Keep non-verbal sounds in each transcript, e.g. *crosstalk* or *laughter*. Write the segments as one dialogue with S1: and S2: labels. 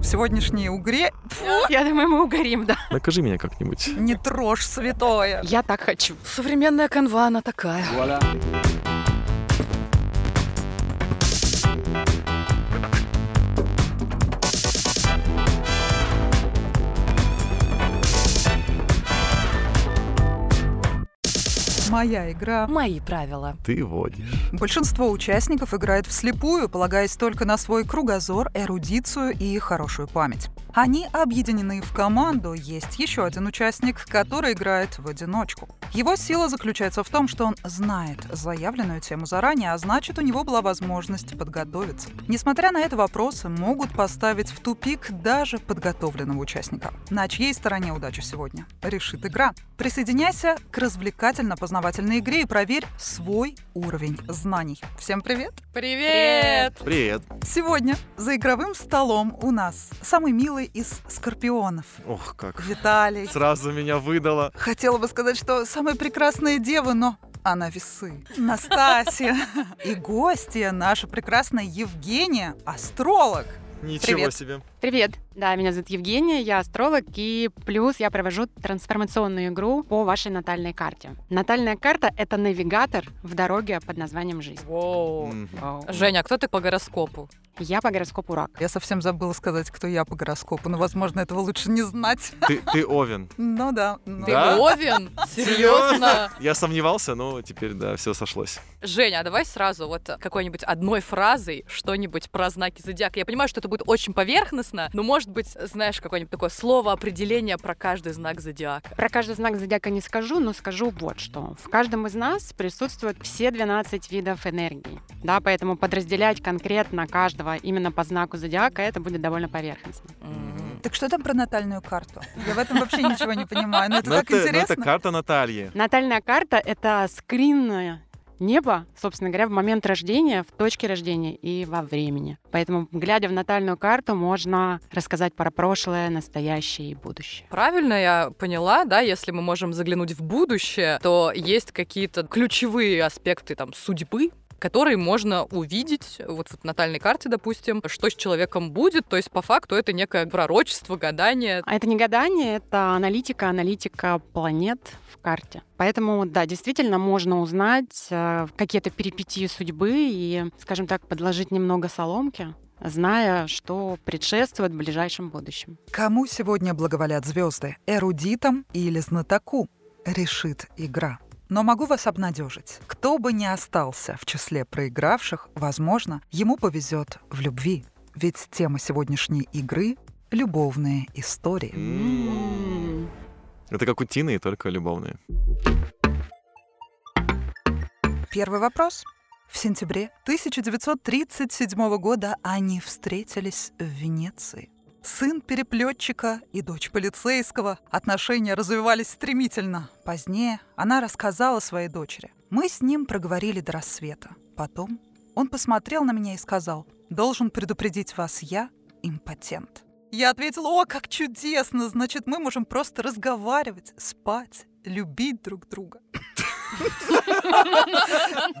S1: В сегодняшней угре
S2: Я думаю, мы угорим, да.
S3: Накажи меня как-нибудь.
S1: не трожь святое.
S2: Я так хочу. Современная канва, она такая.
S1: Моя игра.
S2: Мои правила.
S3: Ты водишь.
S1: Большинство участников играет вслепую, полагаясь только на свой кругозор, эрудицию и хорошую память. Они объединены в команду, есть еще один участник, который играет в одиночку. Его сила заключается в том, что он знает заявленную тему заранее, а значит, у него была возможность подготовиться. Несмотря на это, вопросы могут поставить в тупик даже подготовленного участника. На чьей стороне удача сегодня? Решит игра. Присоединяйся к развлекательно-познавательной игре и проверь свой уровень знаний. Всем привет!
S2: Привет!
S3: Привет.
S1: Сегодня за игровым столом у нас самый милый из скорпионов
S3: Ох, как.
S1: Виталий.
S3: Сразу меня выдала.
S1: Хотела бы сказать, что самая прекрасная дева, но она весы. Настасья. И гостья наша прекрасная Евгения, астролог.
S3: Ничего
S1: Привет.
S3: себе.
S2: Привет! Да, меня зовут Евгения, я астролог, и плюс я провожу трансформационную игру по вашей натальной карте. Натальная карта — это навигатор в дороге под названием «Жизнь».
S4: Воу.
S3: М.
S4: Женя, а кто ты по
S2: *laughs*
S4: гороскопу?
S2: Я по гороскопу рак.
S1: Я совсем забыла сказать, кто я по гороскопу, но, возможно, этого лучше не знать.
S3: Ты, ты Овен.
S1: Ну да. ну
S4: Ты
S3: Да?
S4: Овен? Серьезно?
S3: Я сомневался, но теперь, да, все сошлось.
S4: *laughs* Женя, а давай сразу вот какой-нибудь одной фразой что-нибудь про знаки зодиака. Я понимаю, что это будет очень поверхностно, но, может быть, знаешь, какое-нибудь такое слово, определение про каждый знак зодиака.
S2: Про каждый знак зодиака не скажу, но скажу вот что. В каждом из нас присутствуют все 12 видов энергии. Да, поэтому подразделять конкретно каждого именно по знаку зодиака это будет довольно поверхностно.
S3: Мгм.
S1: Так что там про натальную карту? Я в этом вообще ничего не понимаю, но это
S3: Но
S1: так
S3: ну, это- но это
S1: интересно.
S3: карта Натальи.
S2: Натальная карта — это скрин неба, собственно говоря, в момент рождения, в точке рождения и во времени. Поэтому, глядя в натальную карту, можно рассказать про прошлое, настоящее и будущее.
S4: Правильно я поняла, да, если мы можем заглянуть в будущее, то есть какие-то ключевые аспекты там судьбы, которые можно увидеть вот в натальной карте, допустим, что с человеком будет. То есть, по факту, это некое пророчество, гадание.
S2: А это не гадание, это аналитика, аналитика планет в карте. Поэтому, да, действительно можно узнать э, какие-то перипетии судьбы и, скажем так, подложить немного соломки, зная, что предшествует в ближайшем будущем.
S1: Кому сегодня благоволят звезды? Эрудитам или знатоку? Решит игра. Но могу вас обнадежить. Кто бы ни остался в числе проигравших, возможно, ему повезет в любви. Ведь тема сегодняшней игры — любовные истории.
S2: М.
S3: Это как утиные, только любовные.
S1: Первый вопрос. В сентябре 1937 года они встретились в Венеции. Сын переплетчика и дочь полицейского. Отношения развивались стремительно. Позднее она рассказала своей дочери. Мы с ним проговорили до рассвета. Потом он посмотрел на меня и сказал, «Должен предупредить вас я, импотент». Я ответила, «О, как чудесно! Значит, мы можем просто разговаривать, спать, любить друг друга».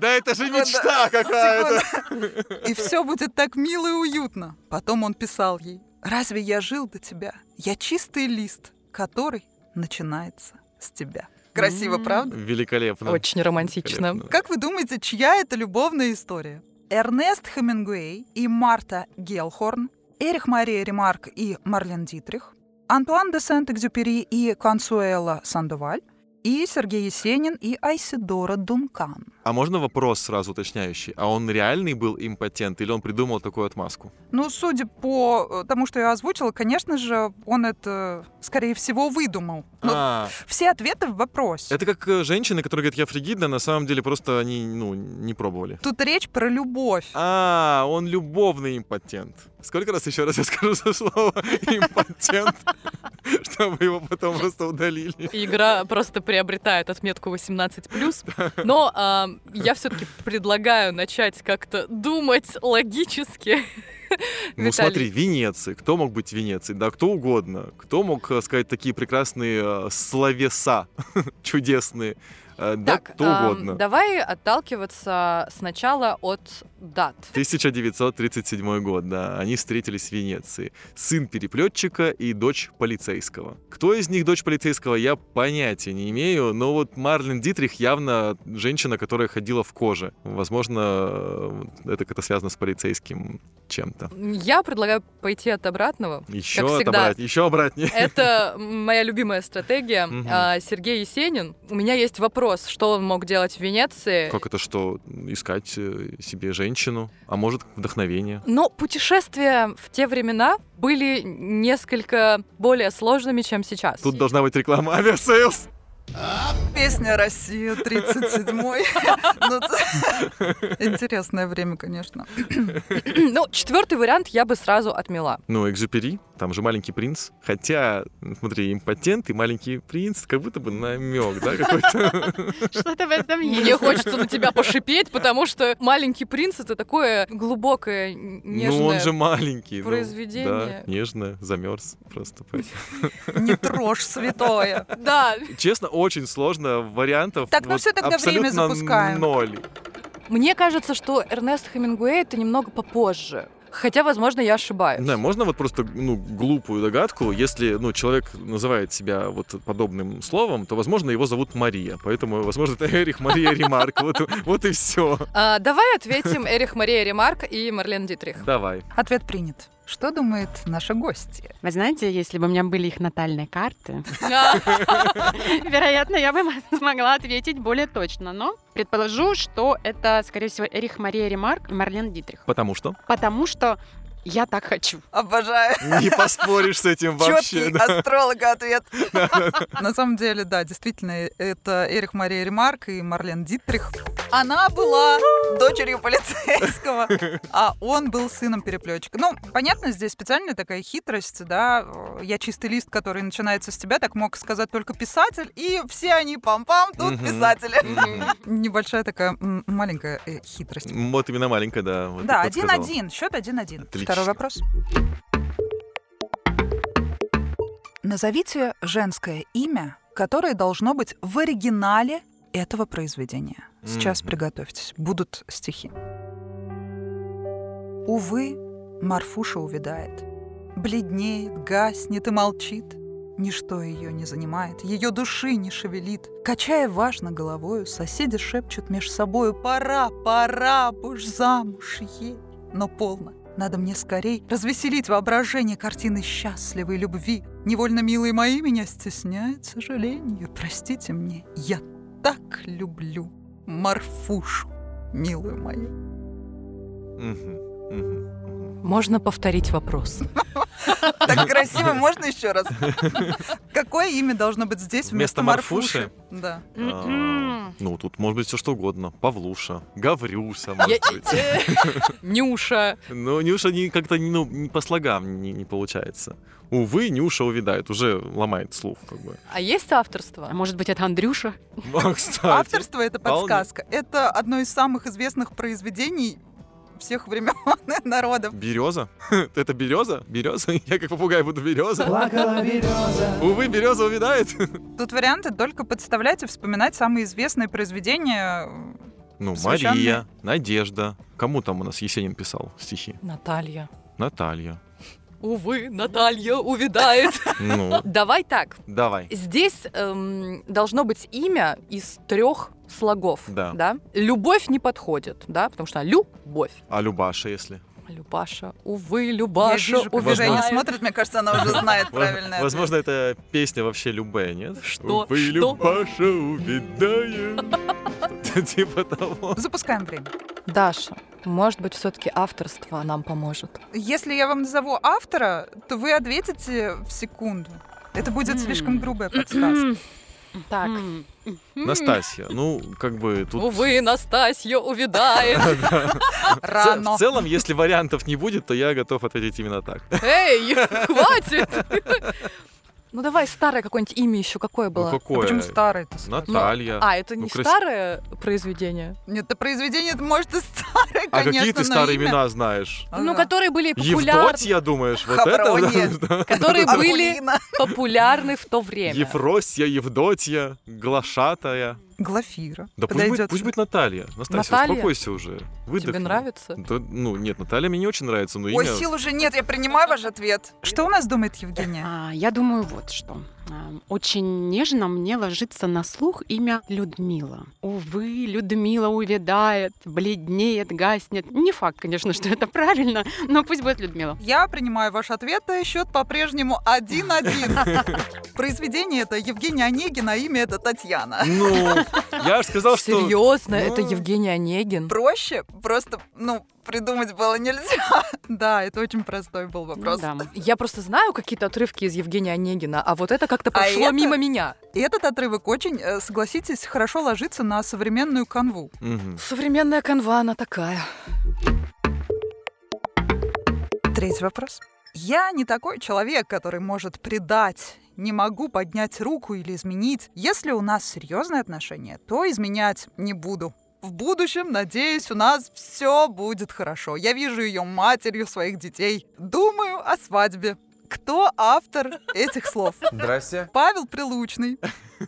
S3: Да это же мечта
S1: Секунду.
S3: какая-то.
S1: И все будет так мило и уютно. Потом он писал ей. Разве я жил до тебя? Я чистый лист, который начинается с тебя. Красиво,
S2: М.
S1: правда?
S3: Великолепно.
S4: Очень романтично.
S3: Великолепно.
S1: Как вы думаете, чья это любовная история? Эрнест Хемингуэй и Марта Гелхорн, Эрих Мария Ремарк и Марлен Дитрих, Антуан де Сент-Экзюпери и Консуэла Сандоваль, и Сергей Есенин и Айсидора Дункан.
S3: А можно вопрос сразу уточняющий? А он реальный был импотент или он придумал такую отмазку?
S1: Ну, судя по э, тому, что я озвучила, конечно же, он это, скорее всего, выдумал. Но
S3: А,
S1: все ответы в вопросе.
S3: это как э, женщины, которые говорят, я фригидна, на самом деле просто они, ну, не пробовали.
S1: Тут речь про любовь.
S3: А, он любовный импотент. Сколько раз еще раз я скажу за слово *laughs* импотент, *laughs* чтобы его потом
S4: *laughs*
S3: просто удалили?
S4: Игра просто приобретает отметку
S3: *laughs*
S4: 18+. Но а, я все-таки предлагаю начать как-то думать логически.
S3: Ну
S4: Виталий.
S3: смотри, Венеция. Кто мог быть в Венеции? Да кто угодно. Кто мог э, сказать такие прекрасные э, словеса *laughs* чудесные? Э, Да,
S4: так,
S3: кто
S4: ам,
S3: угодно.
S4: давай отталкиваться сначала от дат.
S3: 1937 год, да, они встретились в Венеции. Сын переплетчика и дочь полицейского. Кто из них дочь полицейского, я понятия не имею, но вот Марлен Дитрих явно женщина, которая ходила в коже. Возможно, э, это как-то связано с полицейским чем-то.
S4: Я предлагаю пойти от
S3: *laughs*
S4: обратного.
S3: Еще
S4: Как всегда.
S3: отобрать, еще обратнее.
S4: Это моя любимая стратегия.
S3: Мгм.
S4: А, Сергей Есенин. У меня есть вопрос, что он мог делать в Венеции?
S3: Как это что? Искать э, себе женщину, а может вдохновение?
S4: Но путешествия в те времена были несколько более сложными, чем сейчас.
S3: Тут должна быть реклама *laughs* авиасейлс.
S1: Песня «Россия
S3: *laughs*
S1: 37-й». Ну, т- *laughs* Интересное время, конечно.
S4: *clears throat* Ну, четвертый вариант я бы сразу отмела.
S3: Ну, Экзюпери, там же маленький принц. Хотя, смотри, импотент и маленький принц, как будто бы намек,
S1: *laughs*
S3: да, какой-то.
S2: Что-то в этом
S4: Мне хочется на тебя пошипеть, потому что «Маленький принц» — это такое глубокое, н- нежное...
S3: Ну, он же маленький. ну,
S4: произведение.
S3: Да, нежно, замерз
S1: *laughs*
S3: просто.
S1: Не трожь святое.
S4: Да,
S3: Честно, очень сложно вариантов.
S1: Так, ну
S3: вот
S1: всё, тогда время
S3: абсолютно
S1: запускаем.
S3: Ноль.
S4: мне кажется, что Эрнест Хемингуэй — это немного попозже. Хотя, возможно, я ошибаюсь.
S3: Да, можно вот просто, ну, глупую догадку, если, ну, человек называет себя вот подобным словом, то, возможно, его зовут Мария, поэтому, возможно, это Эрих Мария Ремарк, вот, вот и
S1: *laughs*
S3: все.
S4: А, давай ответим Эрих Мария Ремарк и Марлен Дитрих.
S3: Давай.
S1: Ответ принят. Что думает наша гостья?
S2: Вы знаете, если бы у меня были их натальные карты,
S4: А,
S2: *laughs* вероятно, я бы *laughs* смогла ответить более точно. Но предположу, что это, скорее всего, Эрих Мария Ремарк и Марлен Дитрих.
S3: Потому что?
S2: Потому что я так хочу.
S1: Обожаю.
S3: Не поспоришь с этим вообще.
S1: Четкий
S3: да.
S1: астролога
S3: *laughs*
S1: ответ. На самом деле, да, действительно, это Эрих Мария Ремарк и Марлен Дитрих. Она была дочерью полицейского, а он был сыном переплетчика. Ну, понятно, здесь специальная такая хитрость, да, э, я чистый лист, который начинается с тебя, так мог сказать только писатель, и все они пам-пам, тут
S3: Мгм.
S1: писатели.
S3: Мгм.
S1: Небольшая такая м, маленькая э, хитрость.
S3: Вот именно маленькая, да. вот
S1: Да,
S3: ты подсказала.
S1: 1-1. Счет 1-1.
S3: Отлично.
S1: Второй вопрос. Назовите женское имя, которое должно быть в оригинале этого произведения. Сейчас
S3: Мгм.
S1: приготовьтесь. Будут стихи. Увы, Марфуша увядает. Бледнеет, гаснет и молчит. Ничто ее не занимает, ее души не шевелит. Качая важно головою, соседи шепчут меж собою «Пора, пора, будь замуж ей!» Но полно. Надо мне скорей развеселить воображение картины счастливой любви. Невольно, милые мои, меня стесняет сожалению. Простите мне, я так люблю Марфушу, милую
S3: *laughs*
S1: мою.
S3: Мгм, мгм, мгм.
S4: Можно повторить вопрос.
S1: Так красиво, можно еще
S3: *laughs*
S1: раз? Какое имя должно быть здесь вместо
S3: Вместо Марфуши?
S1: Марфуши?
S3: *laughs*
S1: Да.
S2: М-м.
S3: А, Ну, тут может быть все что угодно. Павлуша, Гаврюша, может
S4: Я-
S3: быть.
S4: Нюша.
S3: Но Нюша не, как-то ну, не по слогам не, не получается. Увы, Нюша увядает, уже ломает слух, как бы.
S4: А есть
S2: А
S4: авторство?
S2: может быть, это Андрюша?
S3: А, *laughs* кстати,
S1: Авторство — это
S3: вполне.
S1: подсказка. Это одно из самых известных произведений всех времен и народов.
S3: Береза? *laughs* Это береза? Береза? *laughs* Я как попугай буду береза. *laughs* Увы, береза увядает.
S1: Тут варианты только подставлять и вспоминать самые известные произведения.
S3: *laughs* Ну,
S1: Совершенно.
S3: Мария, Надежда. Кому там у нас Есенин писал стихи?
S4: Наталья.
S3: Наталья.
S4: Увы, Наталья увидает.
S3: Ну,
S4: *laughs* Давай так.
S3: давай.
S4: Здесь эм, должно быть имя из трех слогов.
S3: Да.
S4: Любовь не подходит, да, потому что любовь.
S3: А Любаша, если?
S4: Любаша, увы,
S1: Я
S4: Любаша,
S1: вижу, как
S3: увижу.
S1: Женя
S4: увидает.
S1: смотрит, мне кажется, она уже
S3: *laughs*
S1: *laughs* знает
S3: Во-
S1: правильное.
S3: Возможно, это песня вообще любая, нет?
S4: Что?
S3: Вы
S4: Что?
S3: Любаша увидает. *laughs* Типа того.
S1: Запускаем время.
S4: Даша, может быть, все-таки авторство нам поможет.
S1: Если я вам назову автора, то вы ответите в секунду. Это будет
S2: М.
S1: слишком грубая
S3: М-м.
S1: подсказка.
S4: Так.
S2: М.
S3: Настасья, ну, как бы тут...
S4: Увы, Настасья
S3: *laughs*
S4: увидает.
S3: В ц-
S1: Рано.
S3: В целом, если вариантов не будет, то я готов ответить именно так.
S4: Эй, хватит! Ну давай старое какое-нибудь имя еще какое
S3: Ну,
S4: было.
S1: А
S3: какое?
S1: почему старый то
S3: Наталья.
S4: А, это
S3: Ну,
S4: не
S3: крас-
S4: старое произведение?
S1: Нет, это произведение может и старое,
S3: А
S1: конечно,
S3: какие ты
S1: но
S3: старые
S1: имя-
S3: имена знаешь?
S1: Ага.
S4: Ну, которые были популярны,
S3: Евдотья, думаешь? Вот это?
S1: Хаврония.
S3: *laughs* да?
S4: которые
S1: Ну,
S4: были
S1: Акулина.
S4: популярны в то время.
S3: Ефросия, Евдотья, Глашатая.
S1: Глафира.
S3: Да пусть
S1: подойдет.
S3: будет, пусть будет Наталья. Настасья,
S4: Наталья?
S3: успокойся уже. Выдохни.
S4: Тебе нравится?
S3: Да, ну, нет, Наталья мне не очень нравится, но
S5: Ой,
S3: имя...
S5: сил уже нет, я принимаю ваш ответ.
S1: Что у нас думает Евгения?
S2: А, я думаю, вот что. А, Очень нежно мне ложится на слух имя Людмила. Увы, Людмила увядает, бледнеет, гаснет. Не факт, конечно, что это правильно, но пусть будет Людмила.
S1: Я принимаю ваш ответ, и счет по-прежнему
S3: *laughs*
S1: 1-1. Произведение это Евгения Онегина, а имя это Татьяна.
S3: Ну, я же сказал, что...
S4: Серьезно, это
S3: Ну.
S4: Евгений Онегин.
S5: Проще, просто, ну, придумать было нельзя.
S1: *laughs* Да, это очень простой был
S2: Ну
S1: вопрос.
S2: да.
S4: Я просто знаю какие-то отрывки из Евгения Онегина, а вот это как-то
S5: А
S4: прошло
S5: это-
S4: мимо меня.
S1: И этот отрывок очень, э, согласитесь, хорошо ложится на современную канву.
S3: Мгм.
S4: Современная канва, она такая.
S1: Третий вопрос. Я не такой человек, который может предать. Не могу поднять руку или изменить. Если у нас серьезные отношения, то изменять не буду. В будущем, надеюсь, у нас все будет хорошо. Я вижу ее матерью своих детей. Думаю о свадьбе. Кто автор этих слов?
S6: Здрасте.
S1: Павел Прилучный,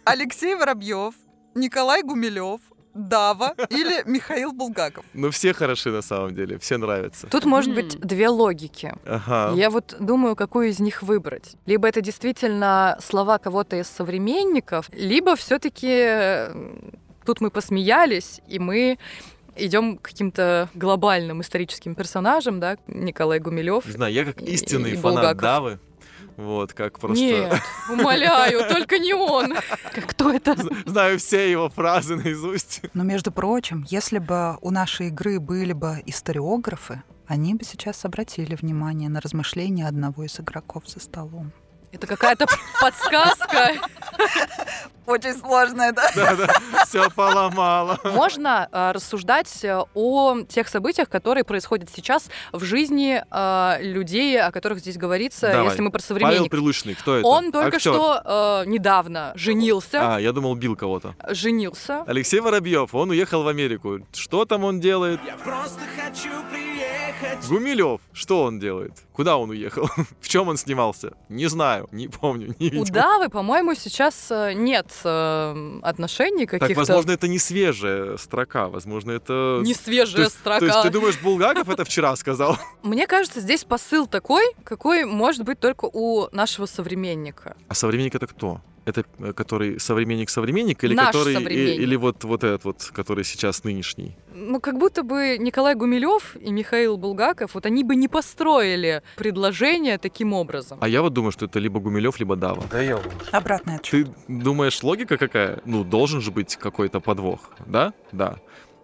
S1: Алексей Воробьев, Николай Гумилев, Дава или Михаил Булгаков.
S3: Ну, все хороши на самом деле, все нравятся.
S4: Тут может быть
S2: М.
S4: две логики.
S3: Ага.
S4: Я вот думаю, какую из них выбрать. Либо это действительно слова кого-то из современников, либо все-таки тут мы посмеялись, и мы идем к каким-то глобальным историческим персонажам, да, Николай Гумилев.
S3: Не знаю, я как
S4: И-
S3: истинный
S4: и
S3: фанат
S4: Булгаков.
S3: Давы. Вот, как просто...
S4: Нет, умоляю, только не он.
S2: Кто это?
S3: *laughs* Знаю все его фразы наизусть. *laughs*
S1: Но, между прочим, если бы у нашей игры были бы историографы, они бы сейчас обратили внимание на размышления одного из игроков за столом.
S4: Это какая-то подсказка.
S5: Очень сложное, да?
S3: Да-да, все поломало.
S4: Можно э, рассуждать э, о тех событиях, которые происходят сейчас в жизни э, людей, о которых здесь говорится,
S3: Давай.
S4: если мы про
S3: Павел
S4: современников.
S3: Прилучный, кто это?
S4: Он только
S3: Актер.
S4: что э, недавно женился.
S3: А, я думал, бил кого-то.
S4: Женился.
S3: Алексей Воробьев, он уехал в Америку. Что там он делает?
S6: Я просто хочу приехать.
S3: Гумилев, что он делает? Куда он уехал? *laughs* В чем он снимался? Не знаю, не помню, не видел.
S4: У Давы, по-моему, сейчас э, нет э, отношений
S3: Так,
S4: каких-то.
S3: возможно, это не свежая строка, возможно, это...
S4: не
S3: то
S4: свежая
S3: есть,
S4: строка.
S3: То есть ты думаешь, Булгаков это вчера сказал?
S4: Мне кажется, здесь посыл такой, какой может быть только у нашего современника.
S3: А современник это кто? Это э, который современник-современник или
S4: Наш
S3: который... и-
S4: современник.
S3: Или вот, вот этот вот, который сейчас нынешний?
S4: Ну, как будто бы Николай Гумилев и Михаил Булгаков, вот они бы не построили предложение таким образом.
S3: А я вот думаю, что это либо Гумилев, либо Дава.
S6: Да я уже.
S1: Обратный отчет.
S3: Ты думаешь, логика какая? Ну, должен же быть какой-то подвох, да? Да.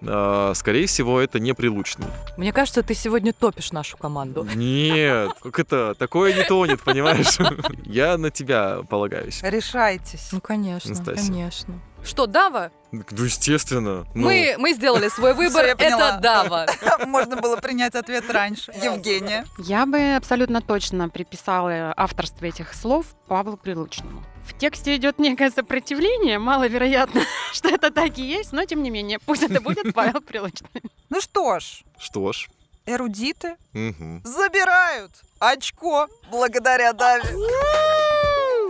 S3: Э, Скорее всего, это не прилучный.
S4: Мне кажется, ты сегодня топишь нашу команду.
S3: Нет, как это? Такое не тонет, понимаешь? Я на тебя полагаюсь.
S5: *laughs*
S1: Решайтесь.
S4: Ну, конечно,
S3: Настасья.
S4: конечно. Что, Дава?
S3: Ну, естественно. Ну,
S4: Мы, мы сделали свой выбор,
S1: Всё, я поняла.
S4: это Дава.
S1: Можно было принять ответ раньше. Евгения.
S2: Я бы абсолютно точно приписала авторство этих слов Павлу Прилучному. В тексте идет некое сопротивление, маловероятно, *laughs* что это так и есть, но тем не менее, пусть это будет Павел Прилучный.
S1: Ну что ж,
S3: Что ж.
S1: эрудиты
S3: мгм.
S5: Забирают очко благодаря Даве.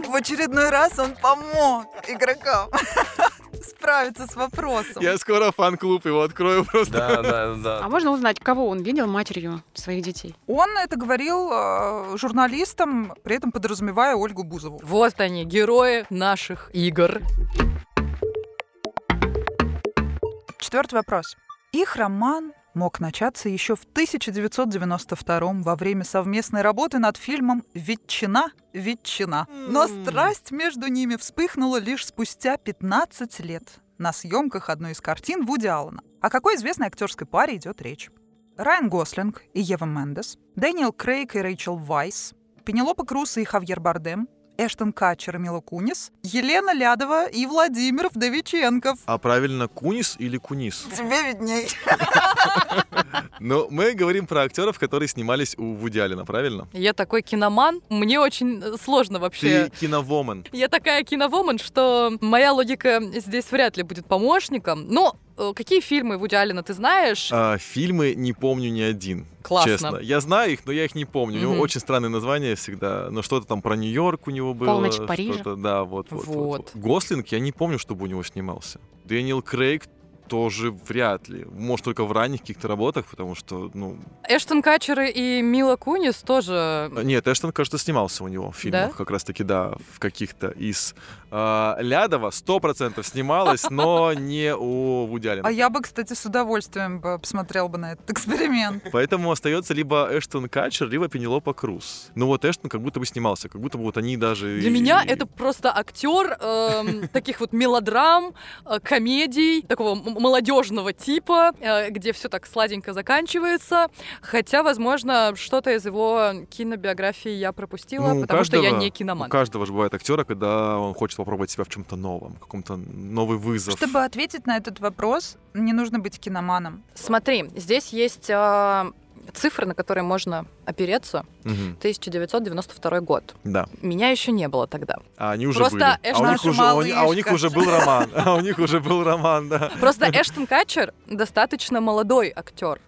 S5: В очередной раз он помог игрокам *laughs*
S1: справятся с вопросом.
S3: Я скоро фан-клуб его открою просто.
S6: Да, да,
S2: А
S6: да.
S2: можно узнать, кого он видел матерью своих детей?
S1: Он это говорил э, журналистам, при этом подразумевая Ольгу Бузову.
S4: Вот они, герои наших игр.
S1: Четвертый вопрос. Их роман мог начаться еще в 1992 во время совместной работы над фильмом «Ветчина, ветчина». Но
S3: М.
S1: страсть между ними вспыхнула лишь спустя 15 лет на съемках одной из картин Вуди Аллена. О какой известной актерской паре идет речь? Райан Гослинг и Ева Мендес, Дэниел Крейг и Рэйчел Вайс, Пенелопа Крус и Хавьер Бардем, Эштон Катчер и Мила Кунис, Елена Лядова и Владимир Вдовиченков.
S3: А правильно, Кунис или Кунис?
S5: Тебе видней.
S3: Но Ну, мы говорим про актеров, которые снимались у Вуди Аллена, правильно?
S4: Я такой киноман, мне очень э, сложно вообще.
S3: Ты киновомен.
S4: Я такая киновоман, что моя логика здесь вряд ли будет помощником. Но э, какие фильмы Вуди Аллена ты знаешь?
S3: А, фильмы не помню ни один.
S4: Классно.
S3: Честно. Я знаю их, но я их не помню. У него
S4: Мгм.
S3: очень странные названия всегда. Но что-то там про Нью-Йорк у него было.
S2: «Полночь в Париже».
S3: что-то, Да, вот, вот, вот,
S4: Вот.
S3: вот. Гослинг, я не помню, чтобы у него снимался. Дэниел Крейг тоже вряд ли. Может, только в ранних каких-то работах, потому что, ну...
S4: Эштон Катчер и Мила Кунис тоже...
S3: Э, Нет, Эштон, кажется, снимался у него в фильмах.
S4: Да?
S3: Как раз-таки, да, в каких-то из... А, Лядова 100% снималась, но не у Вуди Аллена.
S1: А я бы, кстати, с удовольствием бы посмотрел бы на этот эксперимент.
S3: Поэтому остается либо Эштон Качер, либо Пенелопа Круз. Ну вот Эштон как будто бы снимался, как будто бы вот они даже...
S4: Для
S3: и-
S4: меня это просто актер
S3: *laughs*
S4: эм, таких вот мелодрам, э, комедий, такого м- молодежного типа, э, где все так сладенько заканчивается. Хотя, возможно, что-то из его кинобиографии я пропустила,
S3: Ну, у
S4: потому что я
S3: каждого-
S4: не
S3: У
S4: киноман.
S3: каждого же бывает актера, когда он хочет попробовать себя в чем-то новом, в каком-то новый вызов.
S1: Чтобы ответить на этот вопрос, не нужно быть киноманом.
S4: Смотри, здесь есть э, цифры, на которые можно опереться.
S3: Мгм,
S4: 1992 год.
S3: Да.
S4: Меня еще не было тогда.
S3: А они уже
S4: Просто
S3: были. а, у
S4: Эштон
S3: них уже, а у них- а у них
S1: малышка.
S3: уже был роман. *laughs* А у них уже был роман, да.
S4: Просто Эштон Катчер достаточно молодой актер,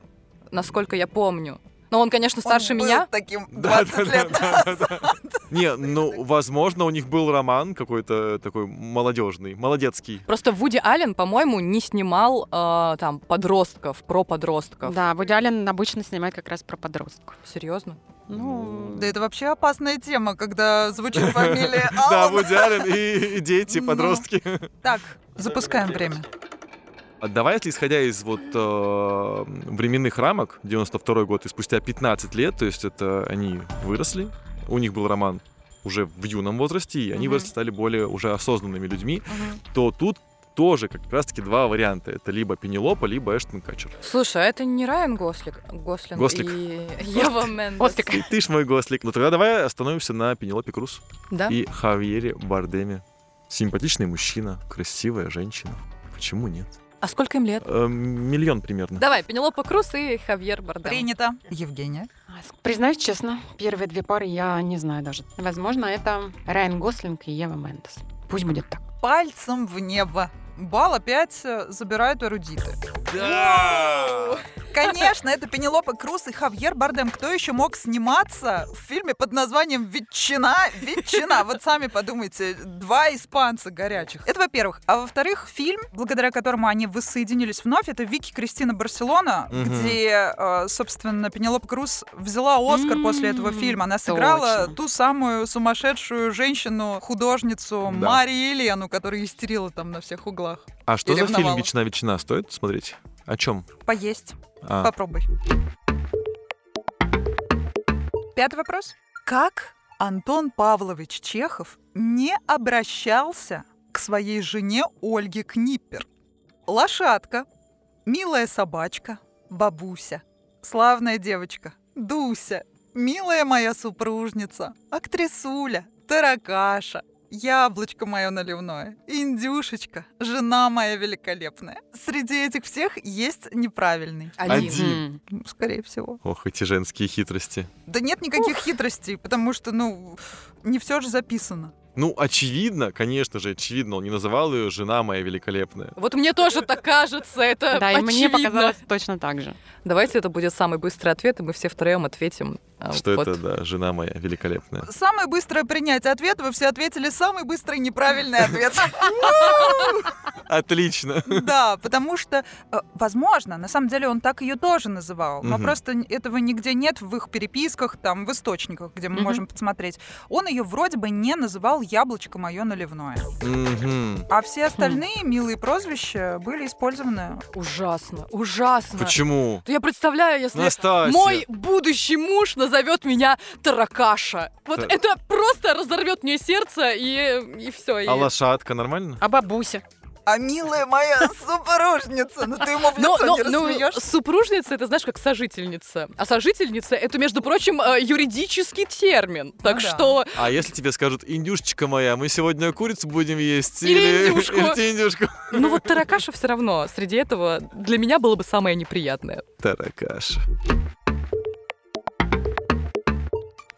S4: насколько я помню. Но он, конечно, старше
S5: Он был
S4: меня.
S5: таким
S3: Да,
S5: 20
S3: да, да,
S5: лет
S3: да, да, да. Не, ну, возможно, у них был роман какой-то такой молодежный, молодецкий.
S4: Просто Вуди Аллен, по-моему, не снимал э, там подростков, про подростков.
S2: Да, Вуди Аллен обычно снимает как раз про подростков.
S4: Серьезно?
S2: Ну,
S1: Да
S2: да,
S1: это вообще опасно.
S5: Опасная тема, когда
S3: *laughs*
S5: звучит фамилия
S3: Да,
S5: Аллан.
S3: Вуди Аллен и и дети,
S1: А Ну.
S3: подростки.
S1: Так, запускаем время.
S3: А Давай, если исходя из вот э, временных рамок, 92 год, и спустя 15 лет, то есть это они выросли, у них был роман уже в юном возрасте, и они
S4: Мгм.
S3: выросли, стали более уже осознанными людьми, то тут тоже как раз-таки два варианта. Это либо Пенелопа, либо
S4: *laughs*
S3: Эштон Качер.
S4: Слушай, а это не Райан Гослик, Гослин
S3: Гослик.
S4: и Ева Мендес.
S2: Гослик.
S3: И ты ж мой гослик. Ну тогда давай остановимся на Пенелопе Круз
S4: Да?
S3: и Хавьере Бардеме. Симпатичный мужчина, красивая женщина. Почему нет?
S4: А сколько им лет?
S3: Э, миллион примерно.
S4: Давай, Пенелопа Круз и Хавьер Бардем.
S1: Принято. Евгения.
S2: признаюсь честно, первые две пары я не знаю даже. Возможно, это Райан Гослинг и Ева Мендес. Пусть будет так.
S1: Пальцем в небо. Бал опять э, забирают эрудиты. Конечно, это Пенелопа Круз и Хавьер Бардем. Кто еще мог сниматься в фильме под названием «Ветчина»? Ветчина. Вот сами подумайте. Два испанца горячих. Это во-первых. А во-вторых, фильм, благодаря которому они воссоединились вновь, это «Вики Кристина Барселона»,
S3: Мгм.
S1: где, э, собственно, Пенелопа Круз взяла Оскар
S2: М,
S1: после этого фильма. Она сыграла
S2: точно.
S1: ту самую сумасшедшую женщину-художницу
S3: Да.
S1: Марию Елену, которая истерила там на всех углах.
S3: А что за фильм
S1: Ревновала.
S3: «Вечна-вечна» стоит смотреть? О чем?
S1: Поесть.
S3: А.
S1: Попробуй. Пятый вопрос. Как Антон Павлович Чехов не обращался к своей жене Ольге Книппер? Лошадка, милая собачка, бабуся, славная девочка, Дуся, милая моя супружница, актрисуля, таракаша, яблочко мое наливное, индюшечка, жена моя великолепная. Среди этих всех есть неправильный.
S4: Один.
S3: Один.
S2: М.
S1: Ну, Скорее всего.
S3: Ох, эти женские хитрости.
S1: Да нет никаких хитростей, потому что, ну, не все же записано.
S3: Ну, очевидно, конечно же, очевидно, он не называл ее «жена моя великолепная».
S4: Вот мне тоже так кажется, это
S2: Да, и мне
S4: очевидно.
S2: показалось точно так же.
S4: Давайте это будет самый быстрый ответ, и мы все втроем ответим. а,
S3: Что
S4: вот.
S3: это, да, «жена моя великолепная».
S1: Самое быстрое принятие ответа, вы все ответили самый быстрый
S5: *laughs*
S1: неправильный ответ.
S3: Отлично.
S1: Да, потому что, э, возможно, на самом деле он так ее тоже называл, но
S3: Мгм.
S1: просто н- этого нигде нет в их переписках, там, в источниках, где мы
S2: Мгм.
S1: можем посмотреть. Он ее вроде бы не называл «яблочко мое наливное»,
S3: Мгм.
S1: а
S5: Хм.
S1: все остальные милые прозвища были использованы.
S4: Ужасно, ужасно.
S3: Почему? Ну,
S4: Я представляю, если
S3: Настасья.
S4: мой будущий муж назовет меня таракаша. Вот
S3: Так.
S4: это просто разорвет мне сердце и, и все.
S3: А лошадка нормально?
S2: А бабуся?
S5: А милая моя супружница, ну ты ему в
S4: Но,
S5: лицо
S4: но-
S5: не
S4: но
S1: ну,
S5: рассмеешься.
S4: супружница это знаешь как сожительница, а сожительница это между прочим э, юридический термин, так
S1: да.
S4: что
S3: А если тебе скажут, индюшечка моя, мы сегодня курицу будем есть?
S4: Или индюшку.
S3: *laughs* или индюшку.
S4: ну вот таракаша все равно среди этого для меня было бы самое неприятное.
S3: Таракаша.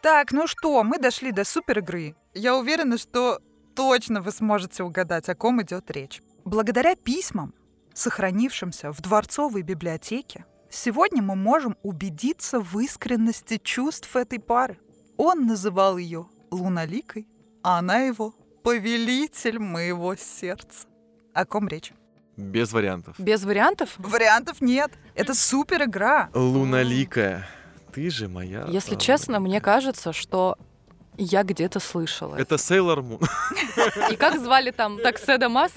S1: Так, ну что, мы дошли до супер игры. Я уверена, что точно вы сможете угадать, о ком идет речь. Благодаря письмам сохранившемся в дворцовой библиотеке, сегодня мы можем убедиться в искренности чувств этой пары. Он называл ее Луналикой, а она его «повелитель моего сердца». О ком речь?
S3: Без вариантов.
S4: Без вариантов?
S1: Вариантов нет. Это супер игра.
S3: Луналикая, ты же моя.
S4: Если
S3: Луна
S4: честно, мне
S3: Ликая.
S4: кажется, что я где-то слышала.
S3: Это Сейлор Мун. *laughs*
S4: И как звали там Такседа Маск?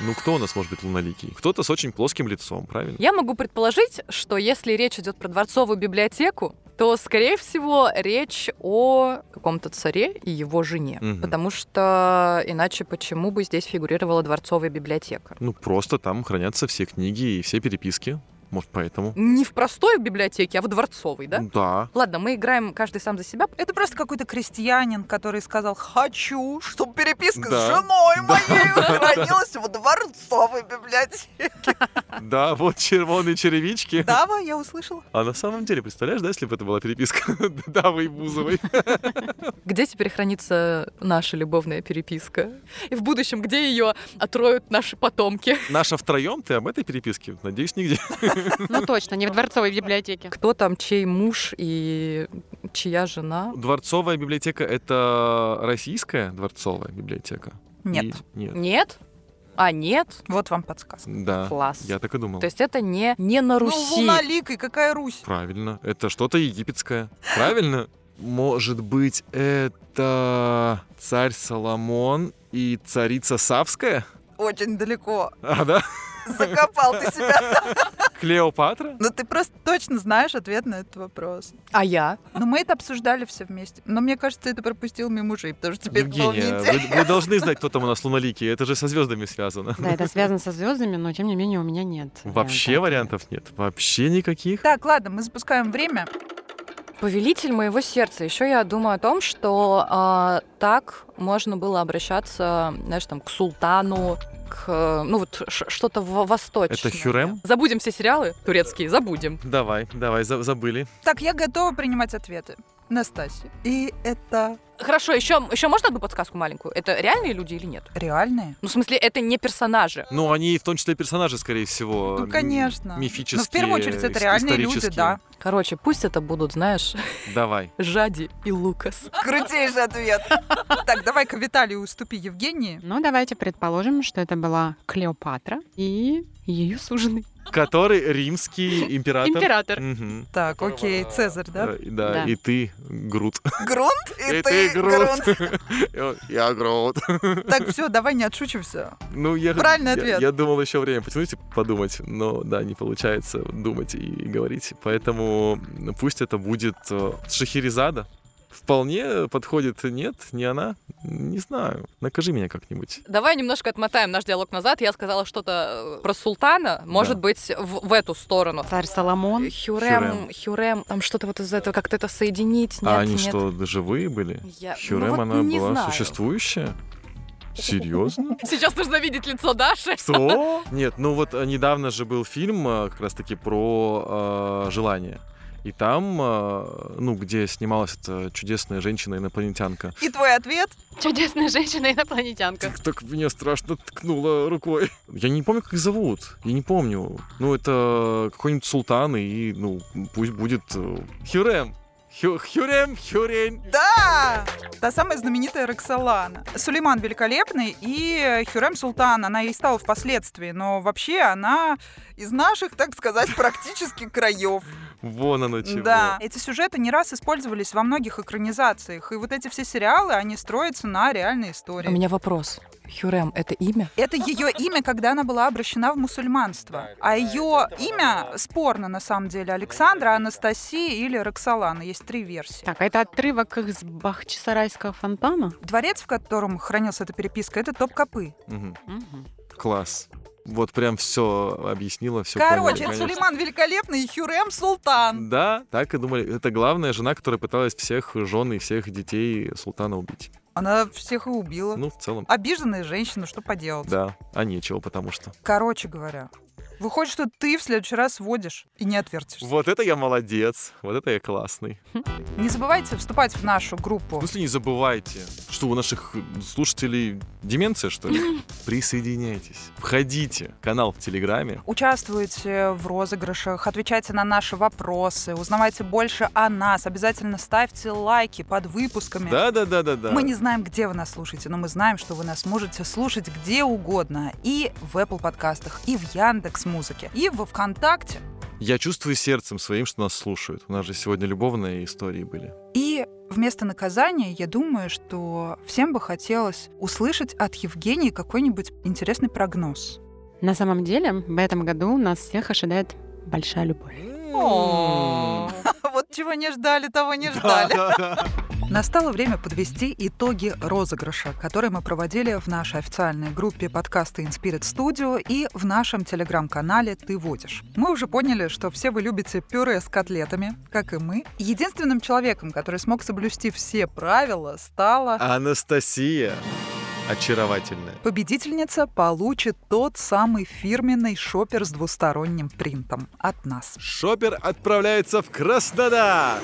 S3: Ну кто у нас может быть луналикий? Кто-то с очень плоским лицом, правильно?
S4: Я могу предположить, что если речь идет про дворцовую библиотеку, то, скорее всего, речь о каком-то царе и его жене.
S3: Мгм.
S4: Потому что иначе почему бы здесь фигурировала дворцовая библиотека?
S3: Ну просто там хранятся все книги и все переписки. Может поэтому?
S4: Не в простой библиотеке, а в дворцовой, да? *laughs*
S3: Да.
S4: Ладно, мы играем каждый сам за себя.
S1: Это просто какой-то крестьянин, который сказал «хочу».
S5: Чтобы переписка
S3: Да.
S5: с женой
S3: Да. *laughs*
S5: моей хранилась в дворцовой библиотеке.
S3: Да, вот червоные черевички.
S1: Дава, я услышала.
S3: А на самом деле, представляешь, да, если бы это была переписка *laughs* Давы
S4: *laughs*
S3: и Бузовой?
S4: Где теперь хранится наша любовная переписка? И в будущем, где ее отроют наши потомки?
S3: Наша втроем, ты об этой переписке? Надеюсь, нигде.
S2: Ну точно, не в дворцовой библиотеке.
S4: Кто там, чей муж и чья жена?
S3: Дворцовая библиотека — это российская дворцовая библиотека?
S1: Нет.
S3: И- Нет.
S4: Нет? А, нет?
S1: Вот вам подсказка.
S3: Да.
S4: Класс.
S3: А, Я так и думал.
S4: То есть это не, не на
S1: Ну,
S4: Руси.
S1: луналикой, какая Русь?
S3: Правильно. Это что-то египетское. Правильно? Может быть, это царь Соломон и царица Савская?
S1: Очень далеко.
S3: А, да?
S1: Закопал ты себя.
S3: Клеопатра?
S1: Но ты просто точно знаешь ответ на этот вопрос.
S4: А я?
S1: Но мы это обсуждали все вместе. Но мне кажется, ты это пропустил мимо ушей, потому что теперь было
S3: Евгения,
S1: неинтересно.
S3: вы, вы должны знать, кто там у нас луналикий. Это же со звездами связано.
S2: Да, это связано со звездами, но тем не менее у меня нет.
S3: Вообще вариантов нет. Вообще никаких.
S1: Так, ладно, мы запускаем время.
S4: Повелитель моего сердца. Еще я думаю о том, что а, так можно было обращаться, знаешь, там, к султану, к, э, ну вот, ш- что-то во- восточное.
S3: Это Хюррем?
S4: Забудем все сериалы турецкие, забудем.
S3: Давай, давай, за- забыли.
S1: Так, я готова принимать ответы. Настасья. И это
S4: Хорошо, еще, еще можно одну подсказку маленькую? Это реальные люди или нет?
S1: реальные?
S4: Ну, в смысле, это не персонажи.
S3: Ну, они в том числе персонажи, скорее всего.
S1: Ну,
S3: м-
S1: конечно.
S3: Мифические.
S1: Но в первую очередь это
S3: ис-
S1: реальные люди,
S3: исторические.
S1: да.
S4: Короче, пусть это будут, знаешь, *laughs*
S3: Давай.
S4: Жади и Лукас.
S5: Крутейший ответ.
S1: Так, давай-ка Виталию уступи Евгении.
S2: Ну, давайте предположим, что это была Клеопатра и ее суженый
S1: *laughs*
S3: Который римский император.
S2: император.
S3: Мгм.
S1: Так, окей, Цезарь, да?
S3: Э, Да?
S2: Да.
S3: и ты Грут. *laughs*
S5: Грунт и, ты,
S3: И ты,
S5: грунт.
S3: Я Грут.
S1: Так, все, давай не отшучивайся.
S3: Ну, я,
S1: Правильный
S3: я-
S1: ответ.
S3: Я, думал еще время потянуть и подумать, но да, не получается думать и, и говорить. Поэтому ну, пусть это будет э, Шахерезада. Вполне подходит нет, не она. Не знаю. Накажи меня как-нибудь.
S4: Давай немножко отмотаем наш диалог назад. Я сказала что-то э, про султана. Может быть, в, в эту сторону.
S2: Царь Соломон.
S4: Хюрем, Хюрем, там что-то вот из этого, как-то это соединить, нет,
S3: а они
S4: нет.
S3: что, живые были?
S4: Я- ну
S3: Хюрем,
S4: вот
S3: она
S4: не
S3: была
S4: знаю.
S3: существующая? Серьезно?
S4: Сейчас нужно видеть лицо Даши.
S3: Что? *laughs* Нет, ну вот э, недавно же был фильм э, как раз-таки про э, желание. И там, э, ну, где снималась эта чудесная женщина-инопланетянка.
S1: И твой ответ?
S2: Чудесная женщина-инопланетянка.
S3: Так, так меня страшно ткнула рукой. Я не помню, как их зовут. Я не помню. Ну, это какой-нибудь султан, и, ну, пусть будет... э, Хюрем. Хю- Хюрем, Хюрень.
S1: Да! А! Та самая знаменитая Роксолана. Сулейман Великолепный и Хюрем Султан. Она и стала впоследствии, но вообще она из наших, так сказать, практически краев.
S3: Вон оно чего.
S1: Да. Эти сюжеты не раз использовались во многих экранизациях. И вот эти все сериалы, они строятся на реальной истории.
S4: У меня вопрос. Хюрем — это имя?
S1: Это ее имя, когда она была обращена в мусульманство. А ее имя спорно, на самом деле. Александра, Анастасия или Роксолана. Есть три версии.
S2: Так, а это отрывок из Бахчисарайского фонтана?
S1: Дворец, в котором хранилась эта переписка, это топ-копы.
S3: Мгм.
S2: Мгм.
S3: Класс. Вот прям все объяснила, все
S1: Короче, это Сулейман Великолепный и Хюрем Султан.
S3: Да, так и думали. Это главная жена, которая пыталась всех жен и всех детей султана убить.
S1: Она всех и убила.
S3: Ну, в целом,
S1: Обиженная женщина, что поделать.
S3: да. А нечего, потому что.
S1: Короче говоря, Выходит, что ты в следующий раз водишь и не отвертишься.
S3: Вот это я молодец, вот это я классный.
S1: Не забывайте вступать в нашу
S3: В
S1: группу.
S3: смысле, не забывайте, что у наших слушателей деменция, что ли?
S1: *laughs*
S3: Присоединяйтесь, входите. Канал в Телеграме.
S1: Участвуйте в розыгрышах, отвечайте на наши вопросы, узнавайте больше о нас, обязательно ставьте лайки под выпусками.
S3: Да-да-да-да-да.
S1: Мы не знаем, где вы нас слушаете, но мы знаем, что вы нас можете слушать где угодно. И в Apple подкастах, и в Яндекс Музыке, и во Вконтакте.
S3: Я чувствую сердцем своим, что нас слушают. У нас же сегодня любовные истории были.
S1: И вместо наказания, я думаю, что всем бы хотелось услышать от Евгении какой-нибудь интересный прогноз.
S2: На самом деле, в этом году нас всех ожидает большая любовь.
S4: О.
S1: *laughs* Вот чего не ждали, того не
S3: Да-да-да.
S1: Настало время подвести итоги розыгрыша, который мы проводили в нашей официальной группе подкаста Inspirit Studio и в нашем телеграм-канале «Ты водишь». Мы уже поняли, что все вы любите пюре с котлетами, как и мы. Единственным человеком, который смог соблюсти все правила, стала...
S3: Анастасия. Очаровательная.
S1: Победительница получит тот самый фирменный шопер с двусторонним принтом от нас.
S3: Шопер отправляется в Краснодар.